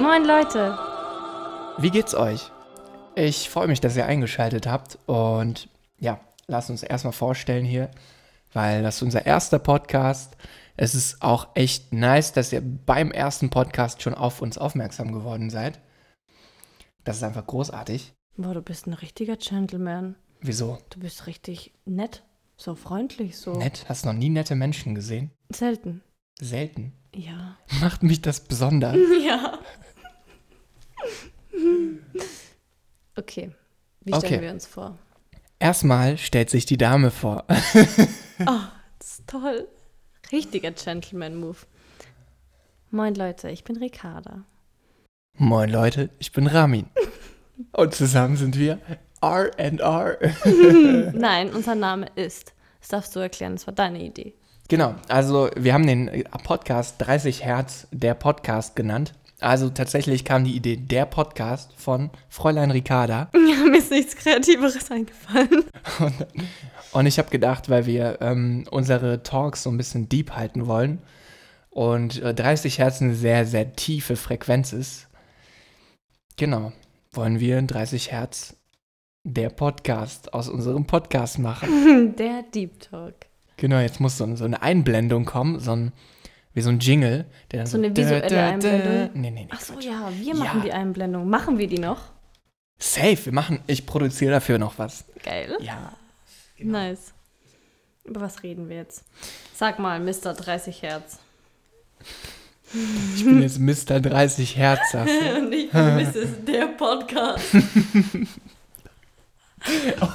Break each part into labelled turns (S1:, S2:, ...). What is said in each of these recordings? S1: Moin Leute.
S2: Wie geht's euch? Ich freue mich, dass ihr eingeschaltet habt und ja, lasst uns erstmal vorstellen hier, weil das ist unser erster Podcast. Es ist auch echt nice, dass ihr beim ersten Podcast schon auf uns aufmerksam geworden seid. Das ist einfach großartig.
S1: Boah, du bist ein richtiger Gentleman.
S2: Wieso?
S1: Du bist richtig nett, so freundlich, so
S2: Nett? Hast du noch nie nette Menschen gesehen?
S1: selten.
S2: Selten.
S1: Ja.
S2: Macht mich das besonders.
S1: Ja. okay. Wie stellen
S2: Okay.
S1: wir uns vor?
S2: Erstmal stellt sich die Dame vor.
S1: Oh, das ist toll. Richtiger Gentleman-Move. Moin Leute, ich bin Ricarda.
S2: Moin Leute, ich bin Ramin. Und zusammen sind wir R&R.
S1: Nein, unser Name ist. Das darfst du erklären, das war deine Idee.
S2: Genau, also wir haben den äh, Podcast 30 Hertz der Podcast genannt. Also tatsächlich kam die Idee der Podcast von Fräulein Ricarda.
S1: Ja, mir ist nichts Kreativeres eingefallen.
S2: Und ich habe gedacht, weil wir ähm, unsere Talks so ein bisschen deep halten wollen und äh, 30 Hertz eine sehr, sehr tiefe Frequenz ist, genau, wollen wir 30 Hertz der Podcast aus unserem Podcast machen.
S1: Der Deep Talk.
S2: Genau, jetzt muss so, ein- so eine Einblendung kommen, so ein, wie so ein Jingle. Der dann
S1: So eine visuelle Einblendung?
S2: Nee, nee, nee.
S1: Ach so,
S2: Quatsch.
S1: ja, wir machen
S2: Ja.
S1: die Einblendung. Machen wir die noch?
S2: Safe, wir machen, ich produziere dafür noch was.
S1: Geil.
S2: Ja.
S1: Nice. Über was reden wir jetzt? Sag mal, Mr. 30 Hertz.
S2: Ich bin jetzt Mr. 30 Herz. sagst du.
S1: Und ich bin Mrs. Der Podcast.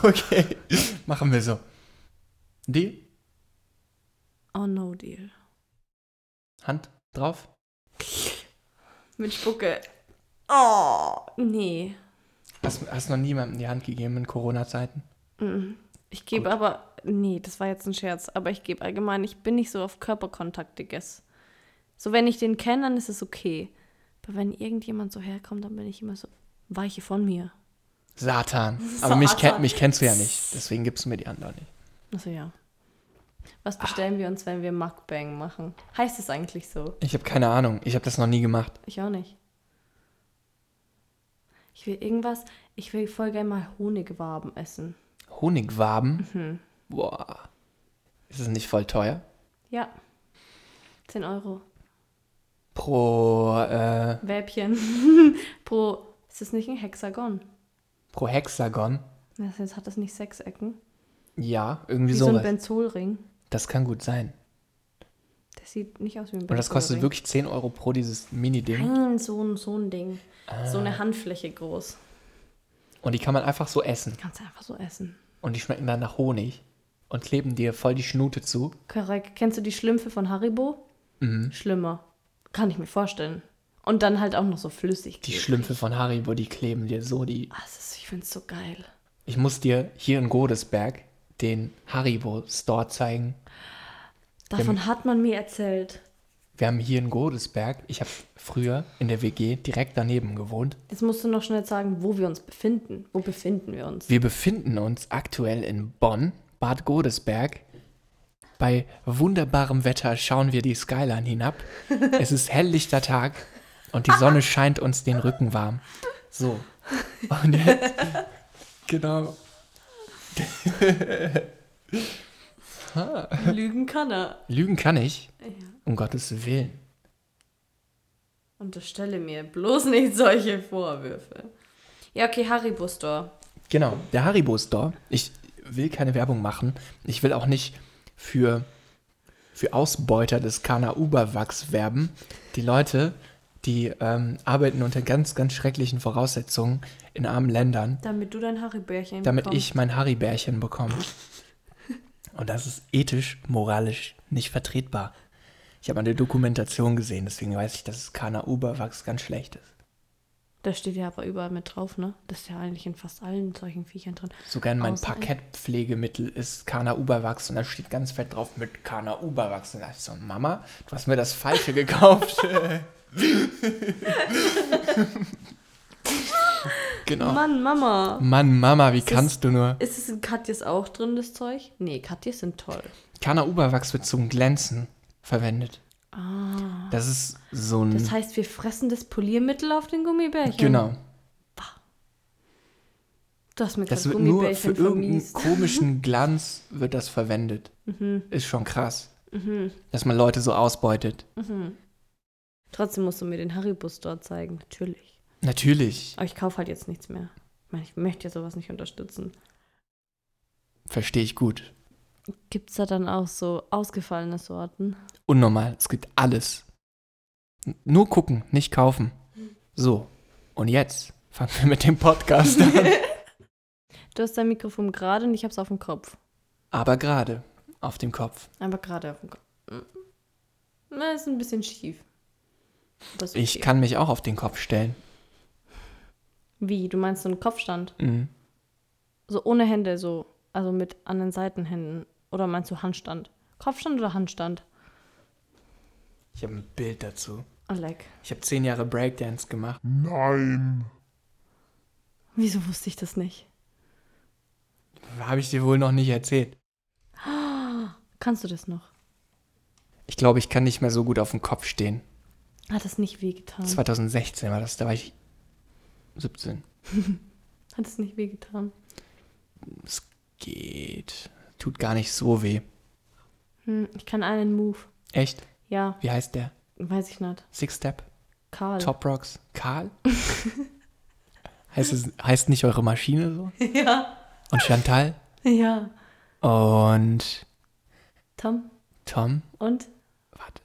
S2: Okay, machen wir so. Deal?
S1: Oh, no deal.
S2: Hand drauf?
S1: Mit Spucke. Oh, nee.
S2: Hast, hast noch niemandem die Hand gegeben in Corona-Zeiten?
S1: Mm. Ich gebe aber, nee, das war jetzt ein Scherz, aber ich gebe allgemein, ich bin nicht so auf Körperkontakt, Digges. So, wenn ich den kenne, dann ist es okay. Aber wenn irgendjemand so herkommt, dann bin ich immer so, weiche von mir.
S2: Satan. Aber mich,
S1: Satan.
S2: kenn, mich kennst du ja nicht, deswegen gibst du mir die Hand auch nicht.
S1: Also ja. Was bestellen wir uns, wenn wir Mukbang machen? Heißt es eigentlich so?
S2: Ich habe keine Ahnung, ich habe das noch nie gemacht.
S1: Ich auch nicht. Ich will irgendwas, ich will voll gerne mal Honigwaben essen.
S2: Honigwaben?
S1: Mhm.
S2: Boah. Ist es nicht voll teuer?
S1: Ja. 10 Euro.
S2: Pro, äh,
S1: Wäbchen. Pro, ist das nicht ein Hexagon?
S2: pro Hexagon?
S1: Das heißt, hat das nicht sechs Ecken?
S2: Ja, irgendwie
S1: Wie so ein
S2: sowas.
S1: Benzolring.
S2: das kann gut sein.
S1: Der sieht nicht aus wie ein Benzolring.
S2: Und das kostet wirklich 10 Euro pro dieses Mini-Ding.
S1: Nein, so ein, so ein Ding. So
S2: Ah.
S1: eine Handfläche groß.
S2: Und die kann man einfach so essen.
S1: Kannst du einfach so essen.
S2: Und die schmecken dann nach Honig und kleben dir voll die Schnute zu.
S1: Korrekt. Kennst du die Schlümpfe von Haribo?
S2: Mhm.
S1: Schlimmer. Kann ich mir vorstellen. Und dann halt auch noch so flüssig.
S2: Die Schlümpfe von Haribo, die kleben dir so die.
S1: Ah, das ist, ich find's so geil.
S2: Ich muss dir hier in Godesberg den Haribo-Store zeigen.
S1: Davon hat man mir erzählt.
S2: Wir haben hier in Godesberg, ich habe früher in der WG direkt daneben gewohnt.
S1: Jetzt musst du noch schnell sagen, wo wir uns befinden. Wo befinden wir uns?
S2: Wir befinden uns aktuell in Bonn, Bad Godesberg. Bei wunderbarem Wetter schauen wir die Skyline hinab. Es ist helllichter Tag und die Sonne scheint uns den Rücken warm. So. Und jetzt, genau.
S1: Lügen kann er.
S2: Lügen kann ich,
S1: Ja.
S2: um Gottes Willen.
S1: Unterstelle mir bloß nicht solche Vorwürfe. Ja, okay, Haribo Store.
S2: Genau, der Haribo Store. Ich will keine Werbung machen. Ich will auch nicht für, für Ausbeuter des Kana Uberwachs werben. Die Leute, die ähm, arbeiten unter ganz, ganz schrecklichen Voraussetzungen in armen Ländern,
S1: Damit du dein Haribärchen
S2: damit
S1: bekommst.
S2: ich mein Haribärchen bekomme. Und das ist ethisch, moralisch nicht vertretbar. Ich habe eine Dokumentation gesehen, deswegen weiß ich, dass es Kana Uberwachs ganz schlecht ist.
S1: Da steht ja aber überall mit drauf, ne? Das ist ja eigentlich in fast allen solchen Viechern drin.
S2: Sogar in mein
S1: Außer-
S2: Parkettpflegemittel ist Kana Uberwachs und da steht ganz fett drauf mit Kana Uberwachs. Und da ich so, Mama, du hast mir das Falsche gekauft. genau. Mann.
S1: Mann, Mama.
S2: Mama, wie
S1: ist-
S2: kannst du nur?
S1: Ist es in Katjes auch drin, das Zeug? Nee, Katjes sind toll.
S2: Kana Uberwachs wird zum Glänzen verwendet.
S1: Ah.
S2: Das ist so ein.
S1: Das heißt, wir fressen das Poliermittel auf den Gummibärchen.
S2: genau.
S1: Das mit
S2: Das
S1: das
S2: wird nur für
S1: Gummibärchen
S2: irgendeinen
S1: vermiest. Mhm,
S2: komischen Glanz wird das verwendet. Ist schon krass. Dass man Leute so ausbeutet.
S1: Mhm. Trotzdem musst du mir den Haribus dort zeigen, natürlich.
S2: Natürlich.
S1: Aber ich kaufe halt jetzt nichts mehr. Ich meine, ich möchte ja sowas nicht unterstützen.
S2: Verstehe ich gut.
S1: Gibt es da dann auch so ausgefallene Sorten?
S2: Unnormal. Es gibt alles. N- Nur gucken, nicht kaufen. So. Und jetzt fangen wir mit dem Podcast an.
S1: Du hast dein Mikrofon gerade und ich hab's auf dem Kopf.
S2: Aber gerade. Auf dem Kopf.
S1: Aber gerade auf dem Kopf. Mm. Na, ist ein bisschen schief. Aber ist
S2: Ich
S1: okay.
S2: kann mich auch auf den Kopf stellen.
S1: Wie? Du meinst so einen Kopfstand?
S2: Mhm.
S1: So ohne Hände, so. Also mit an den Seitenhänden. Oder meinst du Handstand? Kopfstand oder Handstand?
S2: Ich habe ein Bild dazu.
S1: Alec.
S2: Ich habe zehn Jahre Breakdance gemacht.
S1: Wieso wusste ich das nicht?
S2: Habe ich dir wohl noch nicht erzählt.
S1: Kannst du das noch?
S2: Ich glaube, ich kann nicht mehr so gut auf dem Kopf stehen.
S1: Hat es nicht
S2: Mhm.
S1: wehgetan?
S2: 2016 war das, da war ich 17.
S1: Hat es nicht wehgetan?
S2: Es geht. Tut gar nicht so weh.
S1: Hm, ich kann einen Move.
S2: Echt?
S1: Ja,
S2: Wie heißt der?
S1: weiß ich nicht.
S2: Six Step?
S1: Karl.
S2: Top Rocks? Karl? heißt, es, heißt nicht eure Maschine so?
S1: Ja.
S2: Und Chantal?
S1: Ja.
S2: Und
S1: Tom,
S2: Tom?
S1: und?
S2: Warte.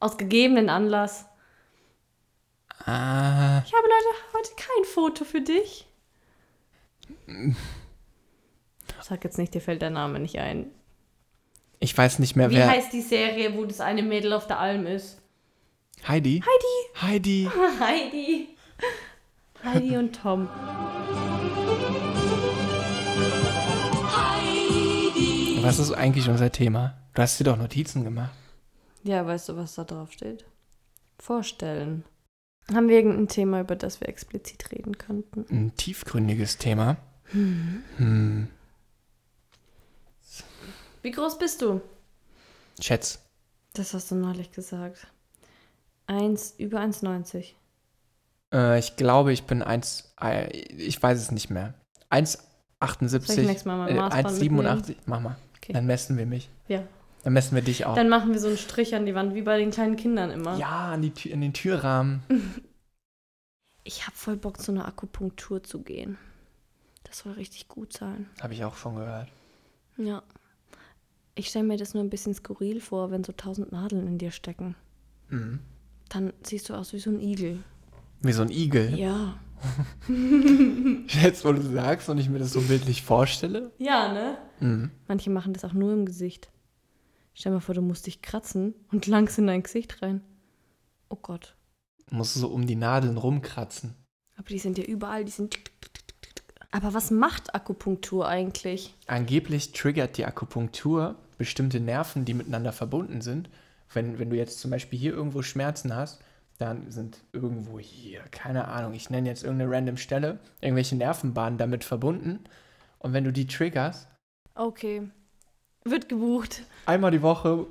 S1: Aus gegebenen Anlass.
S2: Ah,
S1: Ich habe leider heute kein Foto für dich. Sag jetzt nicht, dir fällt der Name nicht ein.
S2: ich weiß nicht mehr,
S1: Wie
S2: wer.
S1: heißt die Serie, wo das eine Mädel auf der Alm ist?
S2: Heidi? Heidi! Heidi!
S1: Heidi. Heidi und Tom.
S2: Was ist eigentlich unser Thema? Du hast dir doch Notizen gemacht.
S1: Ja, weißt du, was da drauf steht? Vorstellen. Haben wir irgendein Thema, über das wir explizit reden könnten?
S2: Ein tiefgründiges Thema. Hm.
S1: Wie groß bist du?
S2: Schätz.
S1: Das hast du neulich gesagt. Eins, über 1,90.
S2: Äh, ich glaube, ich bin 1, äh, ich weiß es nicht mehr. 1,78.
S1: Soll ich nächstes Mal mein
S2: äh,
S1: Maßband
S2: 1,87. Mach mal.
S1: Okay.
S2: Dann messen wir mich.
S1: Ja.
S2: Dann messen wir dich auch.
S1: Dann machen wir so einen Strich an die Wand, wie bei den kleinen Kindern immer.
S2: ja, an, die Tür, an den Türrahmen.
S1: Ich habe voll Bock, zu einer Akupunktur zu gehen. Das soll richtig gut sein.
S2: Habe ich auch schon gehört.
S1: Ja. Ich stelle mir das nur ein bisschen skurril vor, wenn so tausend Nadeln in dir stecken.
S2: Mhm.
S1: Dann siehst du aus wie so ein Igel.
S2: Wie so ein Igel.
S1: Ja.
S2: Jetzt, wo du sagst und ich mir das so bildlich vorstelle.
S1: Ja, ne?
S2: Mhm.
S1: Manche machen das auch nur im Gesicht. Stell mal vor, du musst dich kratzen und langst in dein Gesicht rein. Oh Gott.
S2: Musst du so um die Nadeln rumkratzen.
S1: Aber die sind ja überall, die sind. Aber was macht Akupunktur eigentlich?
S2: Angeblich triggert die Akupunktur bestimmte Nerven, die miteinander verbunden sind. Wenn, wenn du jetzt zum Beispiel hier irgendwo Schmerzen hast, dann sind irgendwo hier, keine Ahnung, ich nenne jetzt irgendeine random Stelle, irgendwelche Nervenbahnen damit verbunden. Und wenn du die triggerst,
S1: Okay. Wird gebucht.
S2: einmal die Woche,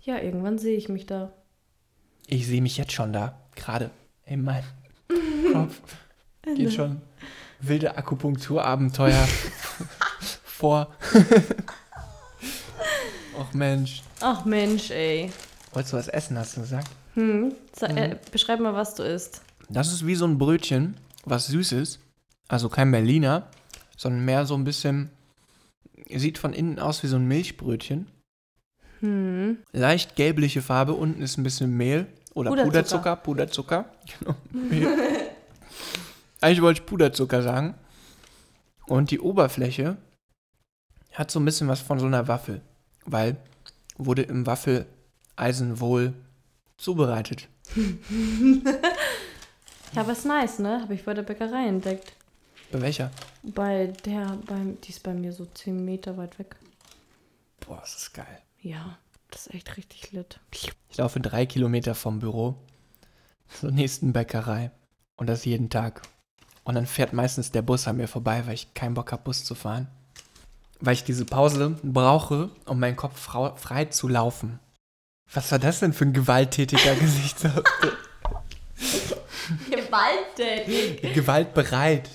S1: Ja, irgendwann sehe ich mich da.
S2: ich sehe mich jetzt schon da, gerade in meinem Kopf, geht schon wilde Akupunkturabenteuer vor. Och Mensch,
S1: Ach Mensch, ey.
S2: wolltest du was essen, hast du gesagt?
S1: Hm. Ze- Äh, beschreib mal, was du isst.
S2: Das ist wie so ein Brötchen, was süß ist. Also kein Berliner, sondern mehr so ein bisschen. Sieht von innen aus wie so ein Milchbrötchen.
S1: Hm.
S2: Leicht gelbliche Farbe, unten ist ein bisschen Mehl oder Puderzucker.
S1: Puderzucker.
S2: Puderzucker. Genau. Mehl. Eigentlich wollte ich Puderzucker sagen. Und die Oberfläche hat so ein bisschen was von so einer Waffel, weil wurde im Waffeleisen wohl zubereitet.
S1: Ja, aber ist nice, ne? Habe ich bei der Bäckerei entdeckt.
S2: Bei welcher?
S1: Bei der, beim, die ist bei mir so 10 Meter weit weg.
S2: Boah, das ist geil.
S1: Ja, das ist echt richtig lit.
S2: Ich laufe drei Kilometer vom Büro zur nächsten Bäckerei und das jeden Tag. Und dann fährt meistens der Bus an mir vorbei, weil ich keinen Bock habe, Bus zu fahren. Weil ich diese Pause brauche, um meinen Kopf frau- frei zu laufen. Was war das denn für ein gewalttätiger Gesichtsausdruck?
S1: Gewalttätig.
S2: Gewaltbereit.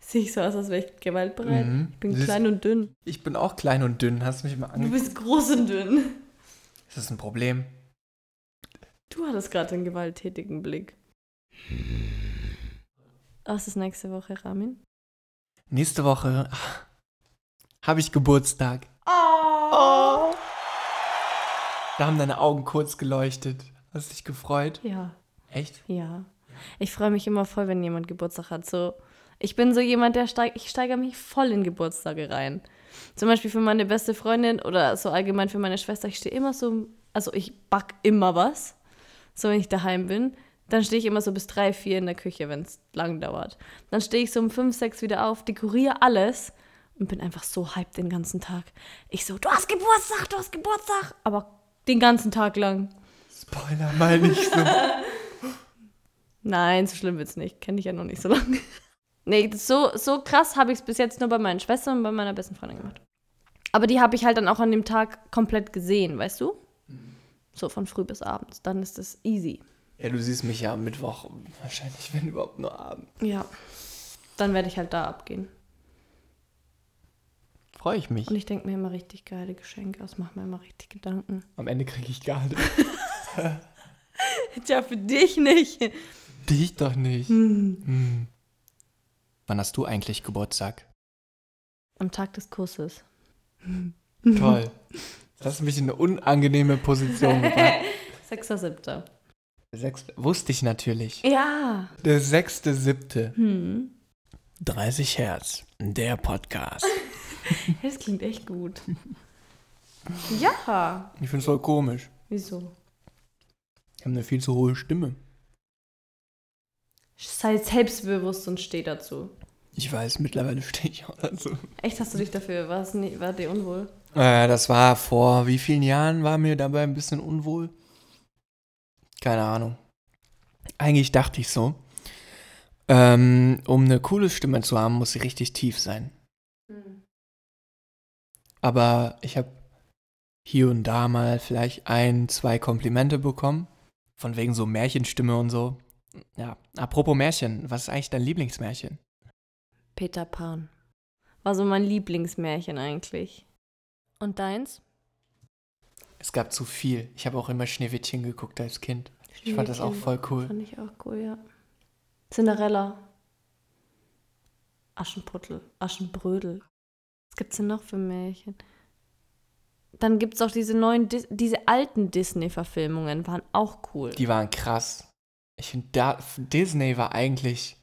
S1: Sehe ich so aus, als wäre ich gewaltbereit?
S2: Mhm.
S1: Ich bin
S2: Siehst- Hm.
S1: klein und dünn.
S2: Ich bin auch klein und dünn. Hast du mich mal
S1: Du
S2: angeguckt?
S1: bist groß und dünn.
S2: Ist das ein Problem?
S1: Du hattest gerade einen gewalttätigen Blick.
S2: Hm.
S1: Was ist nächste Woche, Ramin?
S2: Nächste Woche ah, habe ich Geburtstag.
S1: Oh.
S2: Da haben deine Augen kurz geleuchtet. Hast dich gefreut?
S1: Ja,
S2: Echt?
S1: ja. Ich freue mich immer voll, wenn jemand Geburtstag hat. So, ich bin so jemand, der steig, ich steigere mich voll in Geburtstage rein. Zum Beispiel für meine beste Freundin oder so allgemein für meine Schwester. Ich stehe immer so, also ich back immer was. So, wenn ich daheim bin, dann stehe ich immer so bis drei, vier in der Küche, wenn es lang dauert. Dann stehe ich so um fünf, sechs wieder auf, dekoriere alles und bin einfach so hyped den ganzen Tag. Ich so, du hast Geburtstag, du hast Geburtstag, aber den ganzen Tag lang.
S2: Spoiler mal nicht so.
S1: Nein, so schlimm wird's nicht. Kenne ich ja noch nicht so lange. Nee, das- so, so krass habe ich es bis jetzt nur bei meinen Schwestern und bei meiner besten Freundin gemacht. Aber die habe ich halt dann auch an dem Tag komplett gesehen, weißt du? Mhm. So von früh bis abends. Dann ist das easy.
S2: Ja, du siehst mich ja am Mittwoch. Wahrscheinlich, wenn überhaupt nur abends.
S1: Ja. Dann werde ich halt da abgehen.
S2: Freue ich mich.
S1: Und ich denke mir immer richtig geile Geschenke aus, mache mir immer richtig Gedanken.
S2: Am Ende kriege ich gar nicht.
S1: Tja, für dich nicht.
S2: Dich doch nicht. Hm. Wann hast du eigentlich Geburtstag?
S1: Am Tag des Kusses.
S2: Toll. Das hast mich in eine unangenehme Position gebracht.
S1: 6.7.
S2: Sechs, wusste ich natürlich.
S1: Ja.
S2: Der sechste, siebte.
S1: Hm.
S2: 30 Hertz, der Podcast.
S1: Das klingt echt gut. ja.
S2: Ich find's voll komisch.
S1: Wieso?
S2: Ich habe eine viel zu hohe Stimme.
S1: Sei selbstbewusst und steh dazu.
S2: Ich weiß, mittlerweile stehe ich auch dazu.
S1: Echt, hast du dich dafür, war, es nie, war dir unwohl?
S2: Äh, das war vor wie vielen Jahren war mir dabei ein bisschen unwohl? Keine Ahnung. Eigentlich dachte ich so. Ähm, um eine coole Stimme zu haben, muss sie richtig tief sein.
S1: Hm.
S2: Aber ich habe hier und da mal vielleicht ein, zwei Komplimente bekommen. Von wegen so Märchenstimme und so. Ja, apropos Märchen, was ist eigentlich dein Lieblingsmärchen?
S1: Peter Pan. War so mein Lieblingsmärchen eigentlich. Und deins?
S2: Es gab zu viel. Ich habe auch immer Schneewittchen geguckt als Kind. Ich fand das auch voll cool.
S1: Fand ich auch cool, ja. Cinderella. Aschenputtel. Aschenbrödel. Was gibt's denn noch für Märchen? Dann gibt's auch diese neuen, Dis diese alten Disney-Verfilmungen, waren auch cool.
S2: Die waren krass. Ich finde, Disney war eigentlich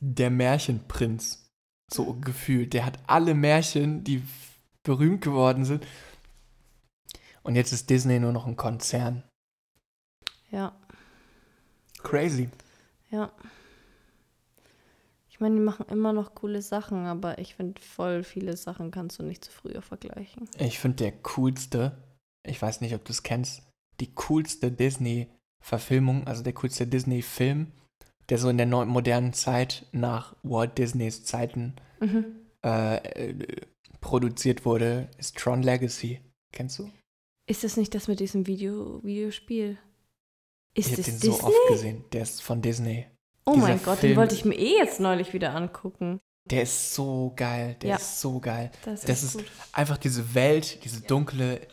S2: der Märchenprinz. So gefühlt. Der hat alle Märchen, die f- berühmt geworden sind. Und jetzt ist Disney nur noch ein Konzern.
S1: ja.
S2: Crazy.
S1: Ja. Ich meine, die machen immer noch coole Sachen, aber ich finde, voll viele Sachen kannst du nicht zu früher vergleichen.
S2: Ich finde der coolste, ich weiß nicht, ob du es kennst, die coolste Disney-Verfilmung, also der coolste Disney-Film, der so in der neu- modernen Zeit nach Walt Disneys Zeiten äh, äh, produziert wurde, ist Tron Legacy. Kennst du?
S1: Ist das nicht das mit diesem Video Videospiel? Ist
S2: ich
S1: das
S2: hab den
S1: Disney?
S2: so oft gesehen. Der ist von Disney.
S1: oh
S2: dieser
S1: mein Gott,
S2: Film.
S1: den wollte ich mir eh jetzt neulich wieder angucken.
S2: Der ist so geil. Der
S1: Ja.
S2: ist so geil.
S1: Das,
S2: Das
S1: ist,
S2: ist-
S1: gut.
S2: Einfach diese Welt, diese dunkle,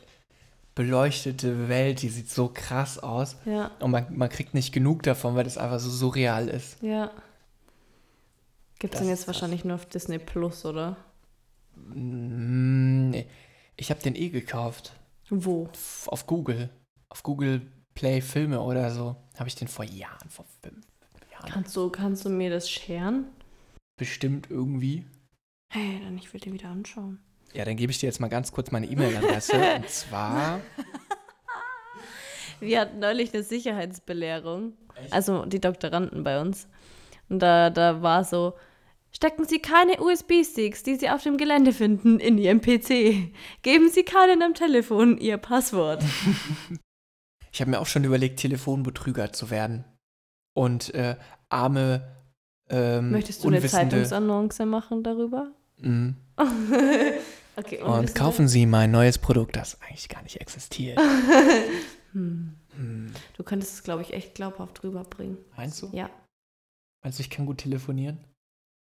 S2: beleuchtete Welt, die sieht so krass aus.
S1: Ja,
S2: Und man, man kriegt nicht genug davon, weil das einfach so surreal ist.
S1: ja. Gibt's den
S2: Das ist
S1: jetzt
S2: krass.
S1: wahrscheinlich nur auf Disney Plus, oder?
S2: Mm, nee. Ich habe den eh gekauft.
S1: Wo?
S2: F- Auf Google. Auf Google Play Filme oder so. Habe ich den vor Jahren, vor fünf Jahren.
S1: Kannst du, kannst du mir das scheren?
S2: Bestimmt irgendwie.
S1: Hey, dann ich will den wieder anschauen.
S2: Ja, dann gebe ich dir jetzt mal ganz kurz meine E-Mail-Adresse. und zwar.
S1: Wir hatten neulich eine Sicherheitsbelehrung. Also die Doktoranden bei uns. Und da, da war so, stecken Sie keine USB-Sticks, die Sie auf dem Gelände finden, in Ihrem PC. Geben Sie keinen am Telefon Ihr Passwort.
S2: Ich habe mir auch schon überlegt, Telefonbetrüger zu werden. Und äh, arme. Ähm,
S1: Möchtest du eine
S2: unwissende,
S1: Zeitungsannonce machen darüber?
S2: Mm.
S1: Okay,
S2: Und
S1: wissen
S2: kaufen Sie mein neues Produkt, das eigentlich gar nicht existiert. Hm.
S1: wir- Hm. Du könntest es, glaube ich, echt glaubhaft rüberbringen.
S2: Meinst du?
S1: Ja.
S2: Meinst du, ich kann gut telefonieren?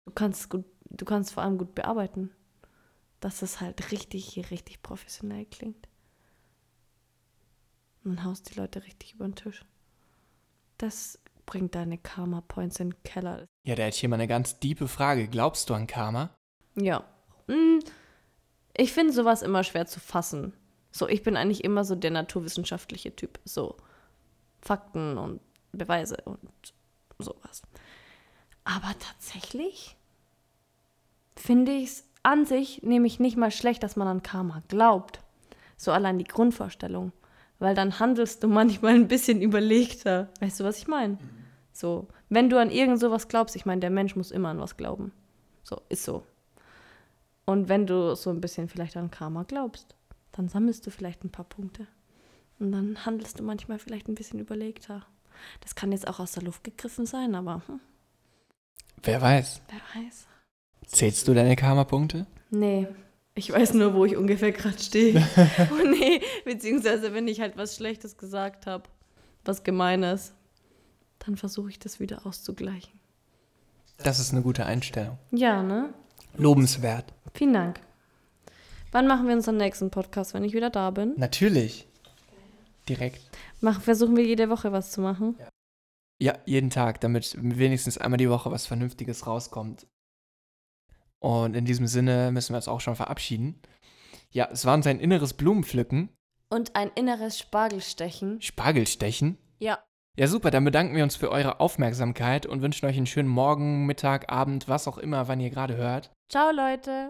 S1: Du kannst es gut, du kannst vor allem gut bearbeiten. Dass es halt richtig, richtig professionell klingt. Und dann haust die Leute richtig über den Tisch. Das bringt deine Karma Points in den Keller.
S2: Ja, da hätte ich hier mal eine ganz diepe Frage. Glaubst du an Karma?
S1: Ja. Hm, Ich finde sowas immer schwer zu fassen. So, ich bin eigentlich immer so der naturwissenschaftliche Typ. So, Fakten und Beweise und sowas. Aber tatsächlich finde ich es an sich nämlich nicht mal schlecht, dass man an Karma glaubt. So allein die Grundvorstellung. Weil dann handelst du manchmal ein bisschen überlegter. Weißt du, was ich meine? So, wenn du an irgend sowas glaubst, ich meine, der Mensch muss immer an was glauben. So, ist so. Und wenn du so ein bisschen vielleicht an Karma glaubst, dann sammelst du vielleicht ein paar Punkte. Und dann handelst du manchmal vielleicht ein bisschen überlegter. Das kann jetzt auch aus der Luft gegriffen sein, aber hm,
S2: Wer weiß.
S1: wer weiß.
S2: Zählst du deine Karma-Punkte?
S1: Nee, ich weiß nur, wo ich ungefähr gerade stehe. oh nee, beziehungsweise wenn ich halt was Schlechtes gesagt habe, was Gemeines, dann versuche ich das wieder auszugleichen.
S2: Das ist eine gute Einstellung.
S1: Ja, ne?
S2: Lobenswert.
S1: Vielen Dank. Wann machen wir unseren nächsten Podcast, wenn ich wieder da bin?
S2: Natürlich. Direkt.
S1: Mach, versuchen wir jede Woche was zu machen.
S2: Ja, jeden Tag, damit wenigstens einmal die Woche was Vernünftiges rauskommt. Und in diesem Sinne müssen wir uns auch schon verabschieden. Ja, es war uns ein inneres Blumenpflücken,
S1: Und ein inneres Spargelstechen.
S2: Spargelstechen.
S1: Ja.
S2: Ja, super, dann bedanken wir uns für eure Aufmerksamkeit und wünschen euch einen schönen Morgen, Mittag, Abend, was auch immer, wann ihr gerade hört.
S1: Ciao, Leute.